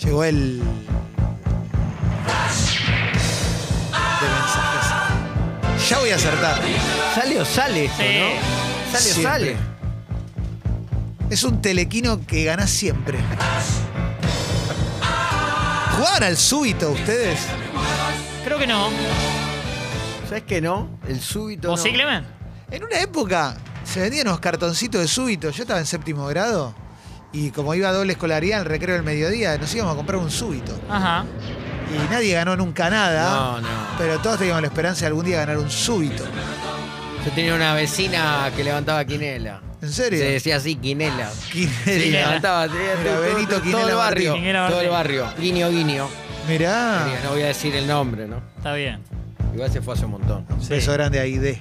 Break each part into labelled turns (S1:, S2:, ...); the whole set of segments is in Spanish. S1: llegó el. De mensajes. Ya voy a acertar.
S2: Sale o sale eso,
S3: Sí.
S2: ¿no? Sale
S1: Siempre.
S2: o sale.
S1: Es un telequino que ganás siempre. ¿Jugaban al súbito ustedes?
S3: Creo que no.
S2: ¿Sabes qué no? El súbito.
S3: ¿O
S2: no.
S3: sí, Clemen?
S1: En una época se vendían unos cartoncitos de súbito. Yo estaba en séptimo grado y como iba a doble escolaridad al recreo del mediodía, nos íbamos a comprar un súbito.
S3: Ajá.
S1: Y nadie ganó nunca nada.
S2: No, no.
S1: Pero todos teníamos la esperanza de algún día ganar un súbito.
S2: Yo tenía una vecina que levantaba quinela.
S1: ¿En serio?
S2: Se decía así, quinela.
S1: ¿Quién
S2: Sí,
S1: era?
S2: levantaba. tenía
S1: Mira,
S2: todo- todo-
S1: Benito
S2: todo
S1: Quinela
S2: el barrio.
S3: Martín. Quinela
S2: Todo el
S3: Martín.
S2: barrio. Guiño, guiño.
S1: Mirá.
S2: Quería, No voy a decir el nombre, ¿no?
S3: Está bien.
S2: Igual se fue hace un montón.
S1: Un beso grande a ID.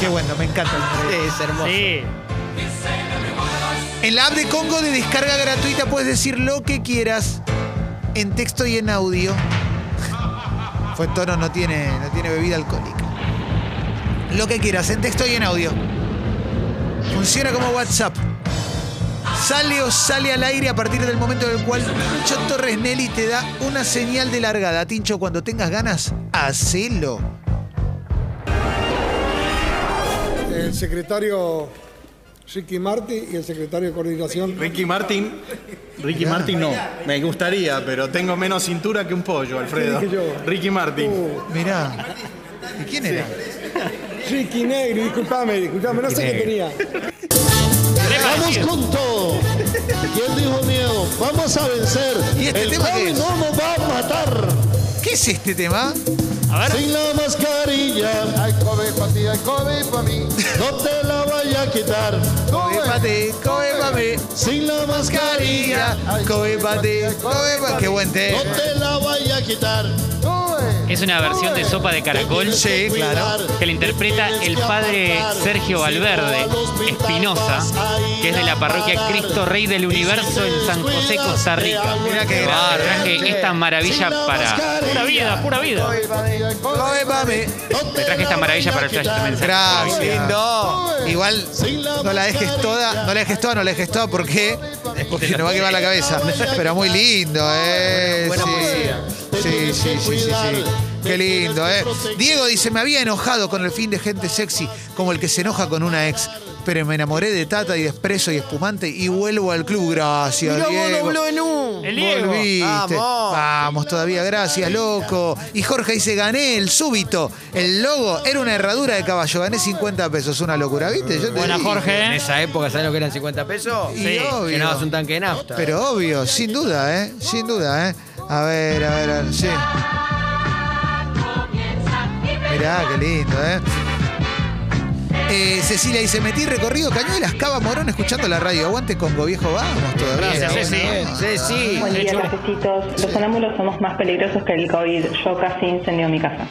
S1: Qué bueno, me encanta el nombre.
S2: Sí, es hermoso.
S3: Sí.
S1: Eh, En la app de Congo de descarga gratuita puedes decir lo que quieras en texto y en audio. Fue tono, no tiene, no tiene bebida alcohólica. Lo que quieras en texto y en audio. Funciona como WhatsApp. Sale o sale al aire a partir del momento en el cual Tincho Torres Nelly te da una señal de largada. Tincho, cuando tengas ganas, hacelo.
S4: el secretario Ricky Marty y el secretario de coordinación.
S5: Ricky Martin. Ricky Martin no. Me gustaría, pero tengo menos cintura que un pollo, Alfredo.
S4: ¿Qué dije yo?
S5: Ricky Martin.
S4: Uh,
S1: Mirá. ¿Y quién era?
S4: Ricky Negri, disculpame, disculpame, no sé qué tenía.
S3: Re
S6: Vamos
S3: parecido.
S6: con todo. ¿Quién dijo miedo? Vamos a vencer.
S1: ¿Y este
S6: el
S1: tema qué
S6: COVID
S1: es?
S6: no nos va a matar.
S1: ¿Qué es este tema?
S3: A ver.
S6: Sin la mascarilla. Hay COVID para ti, hay COVID para mí. No te la vaya a quitar.
S1: Coge pa' ti, coge pa' mí.
S6: Sin la mascarilla.
S1: Mascarilla, coge pa' ti, coge pa' Qué buen
S6: No
S1: tema.
S6: te la vaya a quitar.
S3: Es una versión de Sopa de Caracol
S1: Sí, claro.
S3: que le interpreta el padre Sergio Valverde Espinosa, que es de la parroquia Cristo Rey del Universo en San José, Costa Rica.
S1: Mirá qué
S3: Ah,
S1: grande.
S3: traje esta maravilla para... Pura vida, pura vida.
S1: Coge pa' mí.
S3: Me traje esta maravilla para el flash también. Sergio.
S1: Gracias. Lindo. Igual
S6: Sin la
S1: no la dejes toda, no la dejes toda, no la dejes toda porque, porque nos va a quemar la cabeza. Pero muy lindo, eh.
S2: Buena poesía.
S1: Sí. Sí, sí, sí, sí, sí. Qué lindo, eh. Diego dice, me había enojado con el fin de gente sexy, como el que se enoja con una ex. Pero me enamoré de Tata y de Espresso y Espumante y vuelvo al club. Gracias, Diego.
S2: en un.
S3: El Diego.
S1: Volviste.
S2: Vamos.
S1: Vamos, todavía, gracias, loco. Y Jorge dice, gané el súbito. El logo era una herradura de caballo. Gané 50 pesos, una locura, ¿viste? Yo te
S3: Buena
S1: digo.
S2: En
S3: Jorge. ¿eh?
S2: esa época, ¿sabes lo que eran 50 pesos?
S1: Y
S3: Sí,
S1: obvio.
S2: Llenabas un tanque de nafta.
S1: Pero obvio, sin duda, ¿eh? Sin duda, ¿eh? A ver, a ver, a ver, sí. Mirá, qué lindo, ¿eh? Eh, Cecilia dice, metí recorrido Cañuelas, y las cava morón escuchando la radio. Aguante Congo, viejo, vamos todavía. ¿eh? Buena
S3: Gracias, Ceci.
S1: onda.
S2: Sí, sí.
S7: Buen día,
S3: Hecho.
S7: cafecitos. Los sonámbulos somos más peligrosos que el COVID. Yo casi incendió mi casa.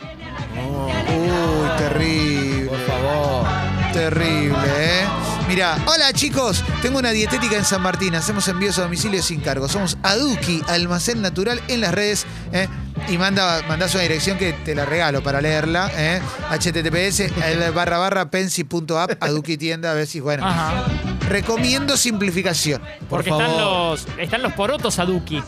S1: Uy, terrible.
S2: Por favor.
S1: Terrible, ¿eh? Mirá, hola chicos, tengo una dietética en San Martín, hacemos envíos a domicilio sin cargo. Somos Aduki, almacén natural en las redes, ¿eh? Y manda, mandás una dirección que te la regalo para leerla, ¿eh? https el barra barra pensi.app, Aduki tienda, a ver si, bueno.
S3: Ajá.
S1: Recomiendo simplificación.
S3: Porque
S2: favor.
S3: están los, están los porotos a Duki.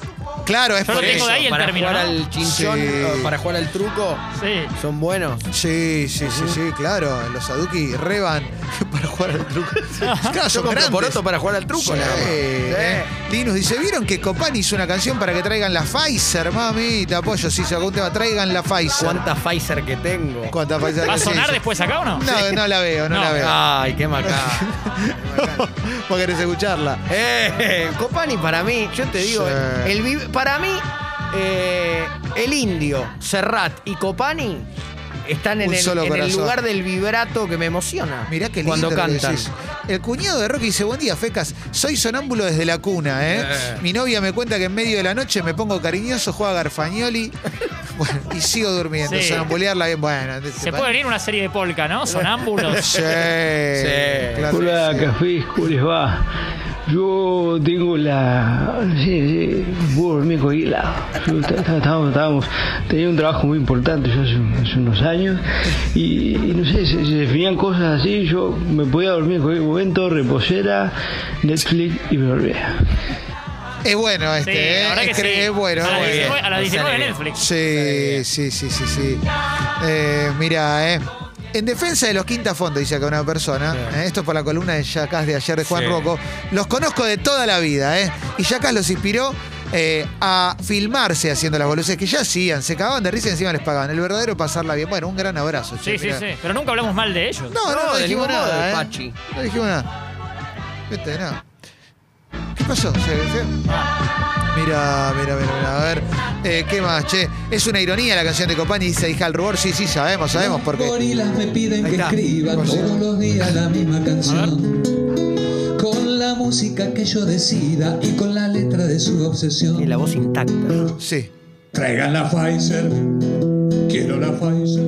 S1: Claro, es
S3: Yo lo
S1: por
S3: tengo
S1: eso.
S3: de ahí el
S2: para
S3: término,
S2: jugar
S3: ¿no?
S2: al chinchón,
S1: Sí. Ah,
S2: o para jugar al truco,
S3: Sí.
S2: son buenos.
S1: Sí, sí, sí, sí, claro. Los Aduki reban para jugar al truco. Claro,
S2: Yo
S1: son
S2: compro
S1: grandes.
S2: poroto para jugar al truco,
S1: Sí,
S2: nada más.
S1: eh.
S2: Sí.
S1: Linus dice, ¿vieron que Copán hizo una canción para que traigan la Pfizer, mami? Te apoyo, sí, sacó un tema, traigan la Pfizer.
S2: Cuánta Pfizer que tengo.
S1: ¿Cuánta Pfizer?
S3: ¿Va a
S1: Sí,
S3: sonar
S1: sí.
S3: después acá o no?
S1: No, no la veo, no,
S3: No.
S1: la veo.
S2: Ay, qué macá.
S1: Vos querés escucharla.
S2: eh, Copani para mí, yo te digo,
S1: Sí.
S2: el, vi- para mí, eh, el indio, Serrat y Copani están en,
S1: Un
S2: el,
S1: solo
S2: en el
S1: corazón.
S2: lugar del vibrato que me emociona.
S1: Mirá qué lindo
S2: Cuando
S1: lo que
S2: cantan.
S1: decís. El cuñado de Rocky dice, buen día, fecas. Soy sonámbulo desde la cuna, ¿eh?
S2: Eh.
S1: Mi novia me cuenta que en medio de la noche me pongo cariñoso, juega Garfagnoli. bueno, y sigo durmiendo.
S3: Sí.
S1: Sonambulearla bien, bueno.
S3: Se puede venir una serie de polka, ¿no? Sonámbulos.
S1: Sí.
S2: Sí.
S1: claro que
S8: Hola,
S1: sí.
S8: café, ¿cómo les va? Yo tengo la. Sí, sí, por mi coquila. Yo ta- ta- Estábamos, estábamos- tenía un trabajo muy importante yo hace, hace unos años y, y no sé, se, se definían cosas así. Yo me podía dormir en cualquier momento, reposera, Netflix y me dormía.
S1: Es bueno este,
S3: Sí,
S1: ¿eh?
S3: la verdad
S1: es,
S3: que sí.
S1: cre- es bueno.
S3: A
S1: es bueno.
S3: las 19, a las
S2: Muy
S3: 19
S2: bien.
S3: Netflix.
S1: Sí, sí, sí, sí, sí. Eh, mira, eh. En defensa de los Quinta Fondo, dice acá una persona, eh, esto es por la columna de Yacás de ayer de Juan
S9: Sí.
S1: Rocco, los conozco de toda la vida, ¿eh? Y Yacás los inspiró eh, a filmarse haciendo las boludeces que ya hacían, se cagaban de risa y encima les pagaban. El verdadero pasarla bien. Bueno, un gran abrazo. che,
S3: Sí, sí,
S1: mirá.
S3: sí. Pero nunca hablamos mal de ellos.
S1: No, no,
S2: No,
S1: no,
S2: de
S1: dijimos
S2: ningún modo,
S1: nada, ¿eh?
S2: Pachi.
S1: No dijimos nada. Viste, nada. ¿Qué pasó? ¿Se, se- Mira, mira, mira, mira. A ver, eh, ¿qué más, che? Es una ironía la canción de Copani, dice hija al rubor. Sí, sí, sabemos, sabemos por qué.
S10: Gorilas me piden
S1: Ahí
S10: que
S1: está.
S10: escriba
S1: Por
S10: todos
S1: cierto.
S10: los días la misma canción. Con la música que yo decida y con la letra de su
S2: Tiene
S10: obsesión.
S2: la voz intacta.
S1: Sí.
S10: Traigan la Pfizer, quiero la Pfizer,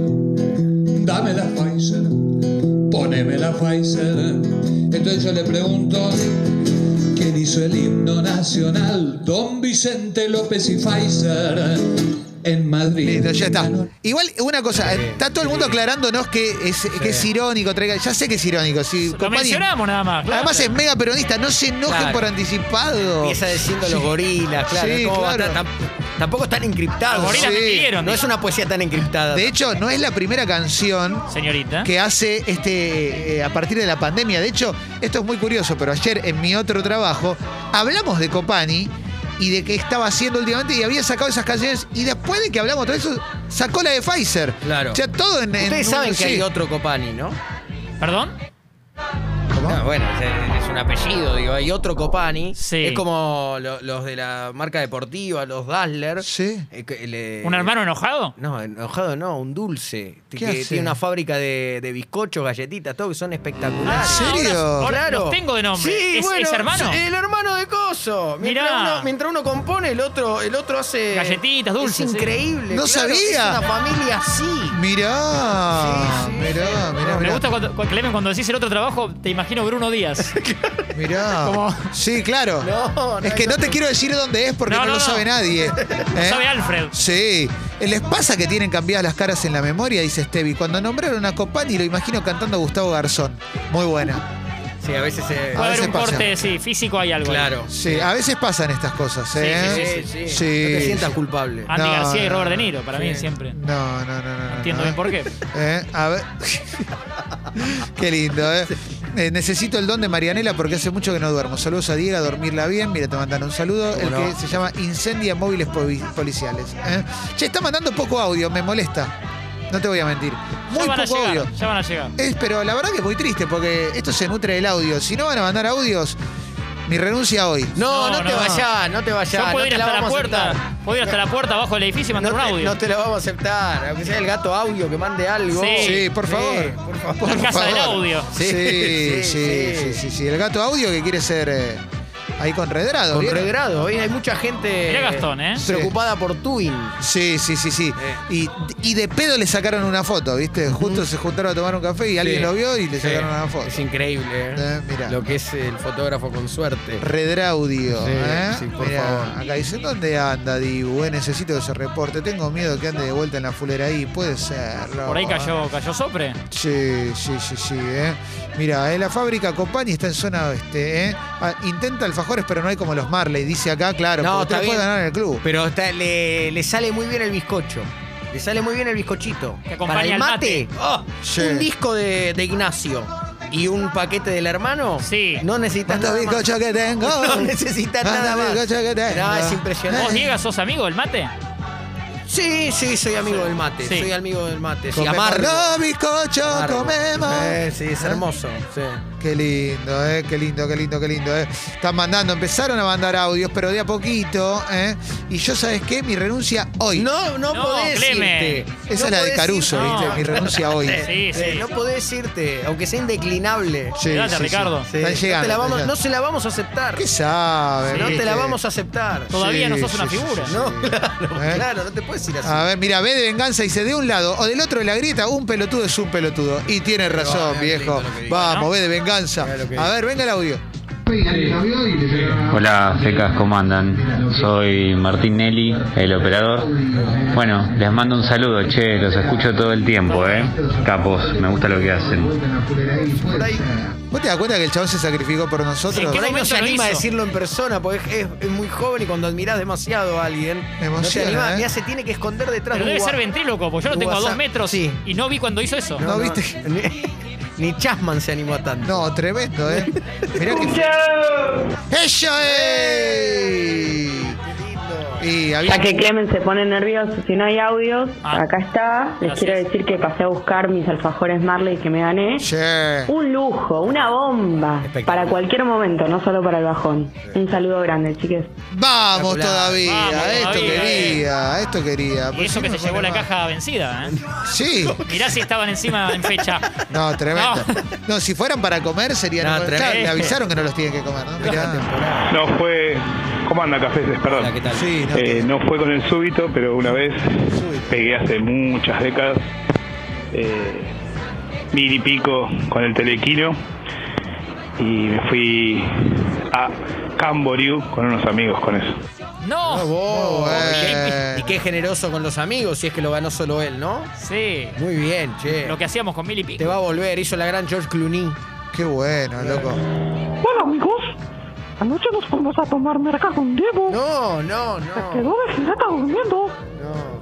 S10: dame la Pfizer, poneme la Pfizer. Entonces yo le pregunto, ¿quién hizo el himno nacional? Don Vicente López y Pfizer en Madrid.
S1: Listo, ya está. Igual, una cosa, eh, está todo el mundo aclarándonos que es, que es irónico. traiga- Ya sé que es irónico. Sí,
S3: Lo
S1: Copani-
S3: mencionamos nada más. claro.
S1: Además es mega peronista, no se enojen
S2: Claro.
S1: por anticipado.
S2: Empieza diciendo los gorilas, claro.
S1: Sí,
S2: ¿cómo va a
S1: claro.
S2: estar tan- tampoco están encriptados.
S3: Los gorilas
S1: Sí.
S3: me pidieron.
S2: No es una poesía tan encriptada.
S1: De hecho, no es la primera canción
S3: Señorita.
S1: que hace este eh, a partir de la pandemia. De hecho, esto es muy curioso, pero ayer en mi otro trabajo hablamos de Copani y de qué estaba haciendo últimamente y había sacado esas canciones y después de que hablamos de todo eso sacó la de Pfizer.
S2: Claro.
S1: O sea, todo en, en
S2: Ustedes
S1: un-
S2: saben que
S1: sí.
S2: hay otro Copani, ¿no?
S3: ¿Perdón?
S2: No, bueno, es, es un apellido, digo. Hay otro Copani.
S3: Sí.
S2: Es como lo- los de la marca deportiva, los Dazzler.
S1: Sí.
S2: Eh, que le-
S3: ¿Un hermano enojado?
S2: No, enojado no, un dulce.
S1: ¿Qué
S2: que
S1: hace?
S2: tiene una fábrica de, de bizcochos, galletitas, todo que son
S1: Ah,
S2: espectaculares.
S1: ¿En serio?
S3: Ahora, ahora
S2: Claro.
S3: los tengo de nombre.
S2: Sí,
S3: ¿Es,
S2: bueno,
S3: es hermano?
S2: sí, El hermano de Coso. Mientras,
S3: Mirá.
S2: Uno, mientras uno compone, el otro, el otro hace.
S3: Galletitas, dulces,
S2: Es
S3: sí.
S2: increíble.
S1: No
S2: claro,
S1: sabía.
S2: Es una familia así.
S1: Mirá,
S2: Sí, sí,
S1: mirá,
S2: sí.
S1: mirá,
S3: Me
S1: mirá,
S3: gusta cuando, cuando- Clemen, cuando decís el otro trabajo, te imagino Bruno Díaz.
S1: mirá. Sí, claro.
S2: No, no
S1: es
S2: hay
S1: que no
S2: otro.
S1: te quiero decir dónde es porque no,
S3: No, no,
S1: lo
S3: no.
S1: sabe nadie. ¿Eh?
S3: Sabe Alfred.
S1: Sí. Les pasa que tienen cambiadas las caras en la memoria, dice Stevie. Cuando nombraron a Copani lo imagino cantando a Gustavo Garzón. Muy buena.
S2: Sí, a veces se.
S1: A
S3: Puede haber
S1: veces
S3: un
S1: pasa.
S3: corte, sí, físico hay algo. ahí.
S2: Claro.
S1: Sí, a veces pasan estas cosas, ¿eh?
S2: Sí, sí, sí.
S1: Sí.
S2: No te sientas culpable.
S3: Andy
S1: No,
S3: García y
S1: no,
S3: Robert De
S1: no.
S3: Niro, para mí siempre. No
S1: No, no, no, no. no,
S3: entiendo
S1: no.
S3: bien por qué.
S1: ¿Eh? A ver. Qué lindo, ¿eh? Eh, Necesito el don de Marianela porque hace mucho que no duermo. Saludos a Diego, a dormirla bien. Mira, te mandan un saludo. El que se llama Incendia Móviles Povi- Policiales. ¿eh? Che, está mandando poco audio, me molesta. No te voy a mentir. Muy
S3: ya van a
S1: poco
S3: llegar,
S1: audio.
S3: ya van a llegar.
S1: Es, pero la verdad que es muy triste porque esto se nutre del audio. Si no van a mandar audios, mi renuncia hoy.
S2: No, no,
S3: No,
S2: te
S3: no.
S2: vayas, no te vayas.
S3: Yo
S2: no
S3: puedo ir
S2: te la
S3: hasta la
S2: vamos a
S3: puerta,
S2: aceptar.
S3: puedo ir hasta la puerta abajo de del edificio y mandar
S2: No
S3: un
S2: te,
S3: audio.
S2: no te la vamos a aceptar. Aunque sea el gato audio que mande algo.
S3: Sí.
S1: Sí, por
S2: Sí,
S1: favor.
S2: por favor.
S3: La casa del
S1: favor.
S3: audio.
S1: Sí, sí, sí, sí, sí, sí. El gato audio que quiere ser eh, ahí con redrado.
S2: Con
S1: ¿vieron?
S2: regrado, hoy hay mucha gente
S3: Mirá Gastón, ¿eh?
S2: preocupada por Twin.
S1: Sí, sí, sí, sí.
S2: Eh.
S1: Y, y de pedo le sacaron una foto, ¿viste? Justo se juntaron a tomar un café y alguien
S2: Sí.
S1: lo vio y le
S2: Sí.
S1: sacaron una foto.
S2: Es increíble, ¿eh?
S1: Eh, mirá.
S2: Lo que es el fotógrafo con suerte.
S1: Redraudio.
S2: Sí,
S1: ¿eh?
S2: sí, por
S1: Mirá,
S2: favor.
S1: Acá dicen, ¿dónde anda Dibu? Eh, necesito que se reporte. Tengo miedo que ande de vuelta en la fulera ahí. Puede ser.
S3: Por ahí
S1: loco, ¿eh?
S3: cayó, cayó Sopre.
S1: Sí, sí, sí, sí. ¿eh? Mira, la fábrica Copani está en zona oeste. ¿eh? Ah, intenta alfajores, pero no hay como los Marley. Dice acá, claro,
S2: No,
S1: no,
S2: está
S1: usted puede
S2: bien.
S1: ganar en el club.
S2: Pero está- le, le sale muy bien el bizcocho. Le sale muy bien el bizcochito.
S3: Que acompaña
S2: Para el
S3: al
S2: mate,
S3: mate.
S2: ¡oh!
S1: Sí.
S2: un disco de, de Ignacio y un paquete del hermano.
S3: Sí.
S2: No necesitas
S1: ¿Cuántos
S2: nada más.
S1: bizcochos que tengo?
S2: No necesitas nada
S1: ¿Cuántos
S2: más.
S1: bizcochos que tengo?
S2: No, es impresionante.
S3: ¿Vos, Diego, sos amigo del mate?
S2: Sí, sí, soy amigo del mate.
S3: Sí.
S2: Soy amigo del mate. Sí,
S1: Comemos
S2: amargo.
S1: los bizcochos,
S2: Amargo.
S1: comemos.
S2: Eh, sí, es hermoso. Sí.
S1: Qué lindo, eh, qué lindo, qué lindo, qué lindo. Eh. Están mandando, empezaron a mandar audios, pero de a poquito. Eh. Y yo, ¿sabes qué? Mi renuncia hoy.
S2: No, no,
S3: No,
S2: podés
S3: Clemen.
S2: irte.
S1: Esa
S2: No
S1: es la de
S2: podés
S1: Caruso,
S3: ir-
S1: ¿viste?
S3: no.
S1: Mi renuncia hoy.
S3: Sí,
S2: irte.
S3: sí.
S2: No podés irte, aunque sea indeclinable.
S1: Sí,
S3: Gracias, Ricardo.
S2: Sí.
S1: Están
S2: No te
S1: llegando.
S2: la vamos-
S1: están
S2: no se la vamos a aceptar.
S1: ¿Qué sabe?
S2: No te la
S1: viste?
S2: vamos a aceptar.
S3: Todavía no sos
S1: sí,
S3: una
S1: sí,
S3: figura.
S1: sí,
S2: No,
S1: sí.
S2: claro,
S1: ¿Eh?
S2: claro, no te puedes ir así.
S1: A ver, mira, ve de venganza y dice de un lado o del otro de la grieta, un pelotudo es un pelotudo. Y tiene razón,
S2: mirá qué
S1: viejo.
S2: lindo lo que dijo,
S1: Vamos,
S3: ¿no?
S1: ve de venganza.
S2: Mirá lo que
S1: A ver, venga el audio.
S11: Hola, fecas, ¿cómo andan? Soy Martín Nelly, el operador. Bueno, les mando un saludo, che, los escucho todo el tiempo, ¿eh? Capos, me gusta lo que hacen.
S1: Por ahí, ¿Vos te das cuenta que el chabón se sacrificó por nosotros?
S2: Por ahí no se
S1: momento lo
S2: anima a
S1: hizo?
S2: decirlo en persona, porque es, es muy joven y cuando admirás demasiado a alguien, no te
S1: emociona,
S2: anima,
S1: ¿eh?
S2: mirá, se tiene que esconder detrás
S3: Pero
S2: de un
S3: debe ser
S2: gua-
S3: ventríloco, porque yo lo
S2: tu
S3: tengo a dos
S2: WhatsApp.
S3: metros
S2: Sí.
S3: y no vi cuando hizo eso.
S1: No, viste.
S2: Ni, ni Chasman se animó a tanto.
S1: No, tremendo, ¿eh? Mirá que. ¡Eso es! Y había.
S7: Ya que Clemen se pone nervioso, si no hay audios,
S3: Ah.
S7: acá está. Les
S3: Gracias.
S7: quiero decir que pasé a buscar mis alfajores Marley que me gané.
S1: Che.
S7: Un lujo, una bomba. Para cualquier momento, no solo para el bajón. Un saludo grande, chiques.
S1: Vamos
S2: Espectacular.
S1: todavía,
S3: Vamos
S1: a esto
S3: todavía,
S1: quería, a esto quería.
S3: Y
S1: Pues
S3: eso
S1: sí
S3: que
S1: me
S3: se llevó
S1: pone
S3: la
S1: mal.
S3: caja vencida. ¿eh?
S1: Sí,
S3: Mirá si estaban encima en fecha.
S1: no, tremendo. No, si fueran para comer serían.
S2: No,
S1: claro,
S2: tremendo.
S1: le avisaron que no los tienen que comer, ¿no? Mirá.
S8: No fue. ¿Cómo anda Cafés? Perdón.
S2: ¿qué tal?
S1: Sí, no.
S8: Eh, no fue con el súbito, pero una vez pegué hace muchas décadas eh, mil y pico con el telequilo y me fui a Camboriú con unos amigos con eso.
S1: Ah,
S3: ¡No!
S1: vos, eh.
S2: Y qué generoso con los amigos, si es que lo ganó solo él, ¿no?
S3: Sí.
S2: Muy bien, che.
S3: Lo que hacíamos con Mil y Pico.
S2: Te va a volver, hizo la gran George Clooney.
S1: Qué bueno, loco.
S12: Hola amigos, anoche nos fuimos a tomar merca con Diego.
S2: No, no, no.
S12: Quedó de jineta durmiendo.
S2: No.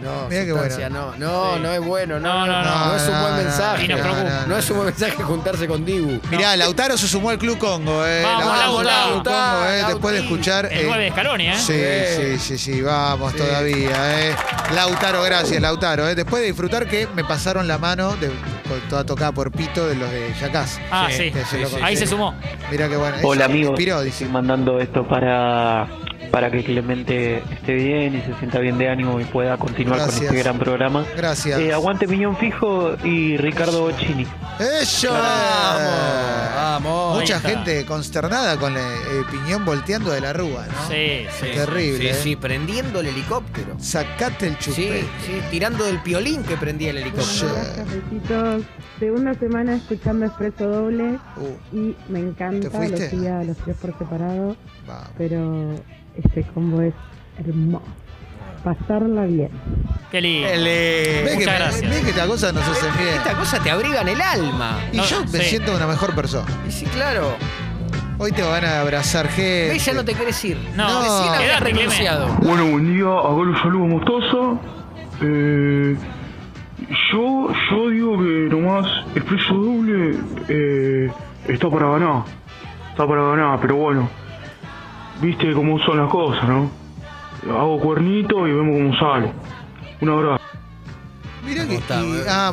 S2: No,
S1: Mirá qué
S2: sustancia, no, no,
S3: Sí.
S2: no es bueno, no,
S3: No, no, no.
S2: es un
S1: No,
S2: buen
S1: no,
S2: mensaje.
S3: no,
S2: No,
S3: no, no,
S2: es un buen mensaje juntarse con Dibu.
S1: Mirá, Lautaro se sumó al Club Congo, ¿eh?
S3: Vamos,
S1: Lautaro,
S3: Lau,
S1: Club Congo, eh,
S2: Lau,
S1: Después de
S2: sí.
S1: escuchar. eh,
S3: El 9 de Scaloni, ¿eh?
S1: Sí, sí, sí, sí, vamos
S2: Sí.
S1: todavía, ¿eh? Lautaro, gracias, Lautaro. ¿eh? Después de disfrutar que me pasaron la mano, de, con- toda tocada por pito, de los de Yacás.
S3: Ah, sí.
S1: Que se lo
S3: Ahí
S1: conseguí.
S3: se sumó.
S1: Mirá qué bueno.
S6: Hola
S1: Eso me
S6: amigos,
S1: inspiró, dice.
S6: estoy mandando esto para, para que Clemente esté bien y se sienta bien de ánimo y pueda continuar con
S1: Gracias.
S6: este gran programa.
S1: Gracias.
S6: Eh, aguante Piñón Fijo y Ricardo Bocini.
S1: ¡Eso!
S2: Vamos,
S1: Mucha
S3: está.
S1: gente consternada con el, el piñón volteando de la rúa, ¿no?
S3: Sí, sí.
S1: Terrible,
S2: Sí,
S1: ¿eh?
S2: sí, prendiendo el helicóptero.
S1: Sacate el chupete.
S2: Sí, sí, tirando del piolín que prendía el
S1: Sí.
S2: helicóptero.
S7: Segunda semana escuchando Expreso Doble
S1: Uh,
S7: y me
S1: ¿Te
S7: encanta.
S1: fuiste? los
S7: a los tres por separado,
S1: vamos.
S7: pero este combo es hermoso. Pasarla bien.
S3: Qué lindo.
S1: Ve
S2: Ele.
S1: que,
S3: Muchas
S1: me-
S3: gracias.
S1: ve que estas cosas nos hacen bien.
S2: Esta cosa te abrigan el alma.
S1: Y
S3: No,
S1: yo me
S3: sí.
S1: siento una mejor persona.
S2: Y sí, claro.
S1: Hoy te van a abrazar, gente.
S2: Ella no te querés ir.
S3: No,
S1: No.
S2: Recién habías
S3: quedate, Clemen.
S2: renunciado.
S8: Bueno, buen día, hago un saludo mostoso. Eh, yo, yo digo que nomás expreso doble eh, está para ganar. Está para ganar, pero bueno. Viste cómo son las cosas, ¿no? Hago cuernito y vemos cómo sale. Un abrazo.
S1: Mirá que.
S2: Mostaza,
S1: y-
S2: eh,
S1: ah,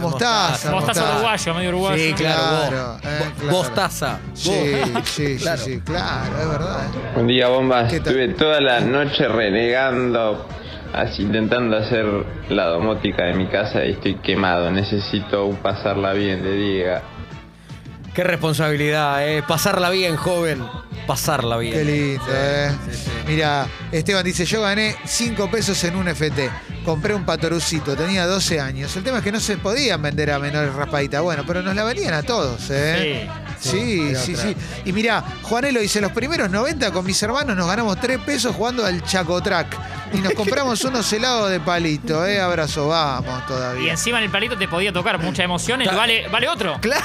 S1: mostaza.
S2: mostaza.
S3: Mostaza uruguayo, medio uruguayo.
S2: Sí, claro.
S1: Claro,
S2: vos.
S1: eh,
S2: Vos-
S1: claro.
S2: Vos taza.
S1: Sí,
S2: Vos.
S1: sí,
S2: Claro.
S1: sí, sí, claro, es verdad. eh.
S11: Buen día, bombas.
S1: ¿Qué tal?
S11: Estuve toda la noche renegando, así intentando hacer la domótica de mi casa y estoy quemado. Necesito pasarla bien de Diego.
S2: Qué responsabilidad, eh. Pasarla bien, joven. Pasarla bien.
S1: Qué lindo, eh.
S2: sí, sí.
S1: Mira, Esteban dice, yo gané 5 pesos en un FT. Compré un patorucito, tenía 12 años. El tema es que no se podían vender a menores raspadita. Bueno, pero nos la valían a todos, ¿eh?
S2: Sí,
S1: Sí,
S2: era
S1: sí, sí.
S2: otra.
S1: Y mira, Juanelo dice, los primeros 90 con mis hermanos nos ganamos 3 pesos jugando al Chacotrac. Y nos compramos unos helados de palito, ¿eh? Abrazo, vamos
S3: Y
S1: todavía.
S3: encima en el palito te podía tocar muchas emociones.
S2: Claro.
S3: Vale, vale otro.
S2: Claro,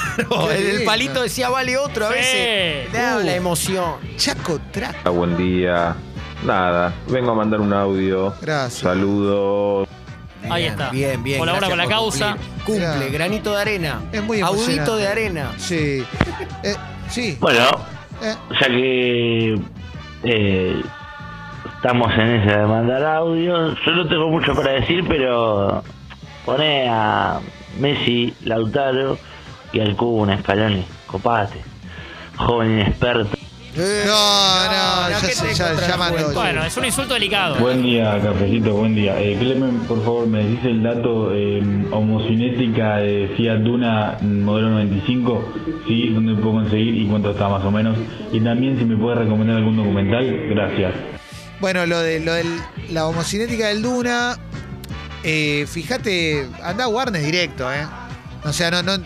S1: Qué
S2: el, el
S1: lindo.
S2: palito decía vale otro a
S3: Sí.
S2: veces. Da
S1: Uh.
S2: la emoción.
S1: Chacotrac.
S11: Buen día. Nada, vengo a mandar un audio.
S1: Gracias.
S11: Saludos.
S3: Ahí
S2: Bien,
S3: está.
S2: Bien, bien.
S3: Colabora
S2: gracias
S3: con la
S2: por
S3: causa.
S2: cumplir. Cumple,
S1: Mirá.
S2: granito de arena.
S1: Es muy
S2: Audito
S1: emocionante.
S2: de arena.
S1: Sí. Eh, sí.
S6: Bueno,
S1: Eh,
S6: ya que eh, estamos en esa de mandar audio, yo no tengo mucho para decir, pero pone a Messi, Lautaro y al Cubo en escalones. Copate. Joven inexperto.
S1: no, no,
S2: no,
S1: ya,
S2: ¿qué
S1: se-
S2: te
S1: ya,
S2: contra
S1: ya
S2: la
S1: mandó.
S2: juventud?
S3: Bueno, es un insulto delicado.
S13: Buen día, cafecito, buen día. Eh, Clemen, por favor, me dice el dato eh, homocinética de Fiat Duna mm, modelo 95, sí, dónde puedo conseguir y cuánto está más o menos. Y también si me puede recomendar algún documental, gracias.
S1: Bueno, lo de lo del- la homocinética del Duna, eh, fíjate, anda a Warner directo, ¿eh? O sea, no, no.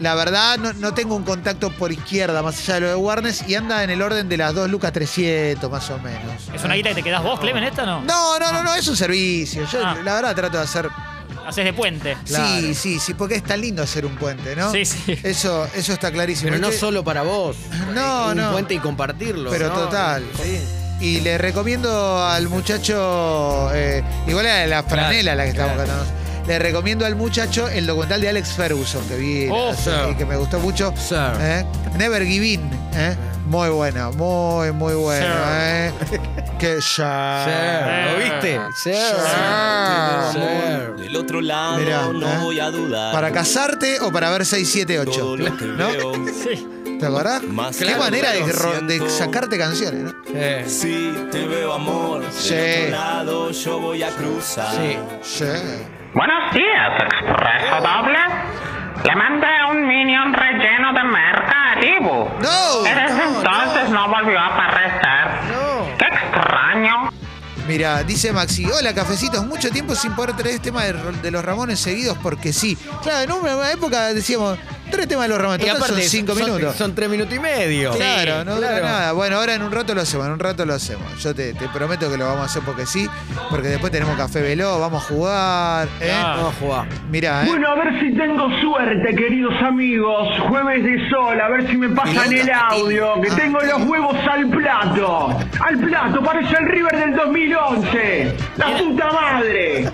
S1: La verdad, no, no tengo un contacto por izquierda, más allá de lo de Warnes, y anda en el orden de las 2 lucas 300, más o menos.
S3: ¿Es una guita que te quedás vos, Clemen, esta no?
S1: No, no, no, no, es un servicio. Yo,
S3: Ah.
S1: la verdad, trato de hacer.
S3: Haces de puente.
S1: Sí, sí, sí, porque es tan lindo hacer un puente, ¿no?
S3: Sí, sí.
S1: Eso, eso está clarísimo.
S2: Pero
S1: Y
S2: no
S1: que-
S2: solo para vos.
S1: No,
S2: un
S1: no.
S2: puente y compartirlo.
S1: Pero
S2: ¿no?
S1: total.
S2: Sí.
S1: Y le recomiendo al muchacho, eh, igual era la franela la que estamos cantando. Le recomiendo al muchacho el documental de Alex Ferguson que vi
S2: Oh,
S1: hace-
S2: sir.
S1: y que me gustó mucho. ¿eh? Never Give In. ¿eh? Muy bueno, muy, muy bueno.
S2: Sir.
S1: ¿eh? Que ya.
S2: Sir, ¿Lo viste? Sir. Sir.
S14: Ah, Del otro lado
S1: Mirá,
S14: no
S1: ¿eh?
S14: voy a dudar.
S1: Para casarte o para ver 6, 7, 8. ¿No?
S3: Sí.
S1: ¿Te acordás?
S14: Más
S1: Qué
S14: claro,
S1: manera de,
S14: claro,
S1: ro- de
S14: siento.
S1: sacarte canciones, ¿no?
S14: Si te veo amor, del
S1: Sí.
S14: otro lado yo voy a cruzar.
S1: Sí.
S15: Buenos días, expreso doble. Le mandé un minion relleno de merca a Dibu.
S1: No,
S15: Desde
S1: no,
S15: entonces no. volvió a aparecer. ¡Qué extraño!
S1: Mira, dice Maxi, hola cafecitos, mucho tiempo sin poder traer este tema de, de los Ramones seguidos porque sí. Claro, en una época decíamos, tres temas de los Ramones,
S2: Y
S1: total
S2: aparte,
S1: son cinco
S2: son-
S1: minutos.
S2: Son tres minutos y medio. ¿Eh?
S1: Claro,
S2: Sí,
S1: no dura nada. Bueno, ahora en un rato lo hacemos, en un rato lo hacemos. Yo te, te prometo que lo vamos a hacer porque sí, porque después tenemos café veló, vamos a jugar. ¿eh?
S2: Vamos a jugar.
S1: Mirá, ¿eh?
S4: Bueno, a ver si tengo suerte, queridos amigos. Jueves de sol, a ver si me pasan el audio. Que tengo los huevos al plato. Al plato, parece el River del 2011. La puta madre.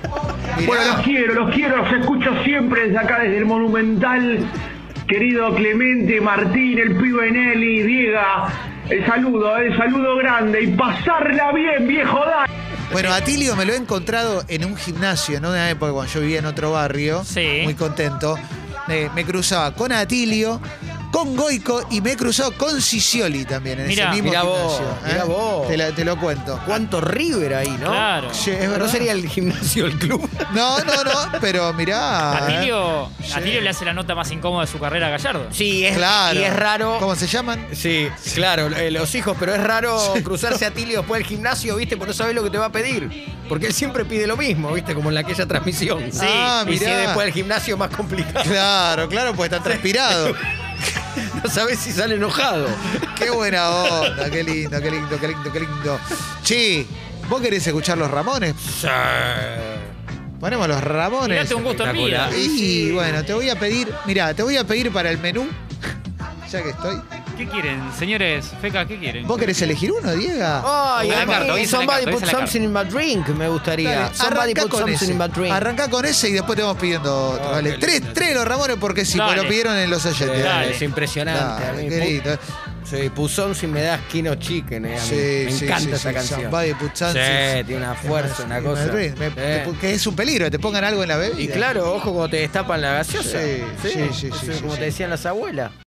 S4: Bueno, los quiero, los quiero, los escucho siempre desde acá, desde el Monumental. Querido Clemente, Martín, el pibe Nelly, Diega. El saludo, el saludo grande. Y pasarla bien, viejo da.
S1: Bueno, a Tilio me lo he encontrado en un gimnasio, en una época cuando yo vivía en otro barrio, muy contento. Eh, me cruzaba con Atilio, con Goico y me he cruzado con Sicioli también en
S2: Mirá.
S1: ese mismo
S2: Mirá vos,
S1: gimnasio. ¿eh?
S2: mirá vos.
S1: Te, la- te lo cuento.
S2: ¿Cuánto River ahí, no?
S3: Claro.
S1: Sí, es
S2: ¿No
S1: verdad.
S2: sería el gimnasio el club?
S1: No, no, no, pero mirá. eh.
S3: Atilio, Atilio le hace la nota más incómoda de su carrera a Gallardo.
S2: Sí, es,
S1: eh. Claro.
S2: y es raro.
S1: ¿Cómo se llaman?
S2: Sí, claro, eh, los hijos, pero es raro cruzarse a Tilio después del gimnasio, ¿viste? Porque no sabes lo que te va a pedir. Porque él siempre pide lo mismo, ¿viste? Como en aquella transmisión.
S1: Sí. Ah,
S2: y si
S1: mirá.
S2: es después del gimnasio, más complicado.
S1: Claro, claro, pues está transpirado.
S2: no sabes si sale enojado.
S1: Qué buena onda, qué lindo, qué lindo, qué lindo, qué lindo. Che, ¿vos querés escuchar los Ramones? Ponemos los Ramones.
S3: Tirate un gusto en vida.
S1: Y bueno, te voy a pedir, mirá, te voy a pedir para el menú, ya que estoy.
S3: ¿Qué quieren, señores? Feca, ¿qué quieren?
S1: ¿Vos querés elegir uno, Diego?
S2: Ay,
S3: Hice la
S2: a mí,
S3: carta, hice la
S2: somebody
S3: carta,
S2: put
S3: hice la
S2: something in my drink, me gustaría.
S1: Dale,
S2: somebody
S1: arranca
S2: put
S1: con
S2: something
S1: ese.
S2: in my drink.
S1: Arranca con ese y después te vamos pidiendo
S2: Oh,
S1: otro. dale. Tres, tres de los Ramones porque sí, porque
S2: Dale.
S1: lo pidieron en los oyentes.
S2: Eh,
S1: dale.
S2: Es impresionante.
S1: Dale,
S2: a mí
S1: qué
S2: pu-
S1: lindo.
S2: Sí, Puzón si me das Kino Chicken, eh, a mí.
S1: Sí,
S2: me
S1: sí,
S2: encanta
S1: sí,
S2: esa
S1: sí,
S2: canción.
S1: Somebody Put Something.
S2: Sí, tiene una fuerza, una cosa.
S1: Me- me-
S2: Eh.
S1: te- que es un peligro, que te pongan algo en la bebida.
S2: Y claro, ojo cuando te destapan la gaseosa.
S1: Sí, sí, sí,
S2: eso
S1: sí,
S2: es
S1: sí,
S2: como
S1: sí.
S2: te decían las abuelas.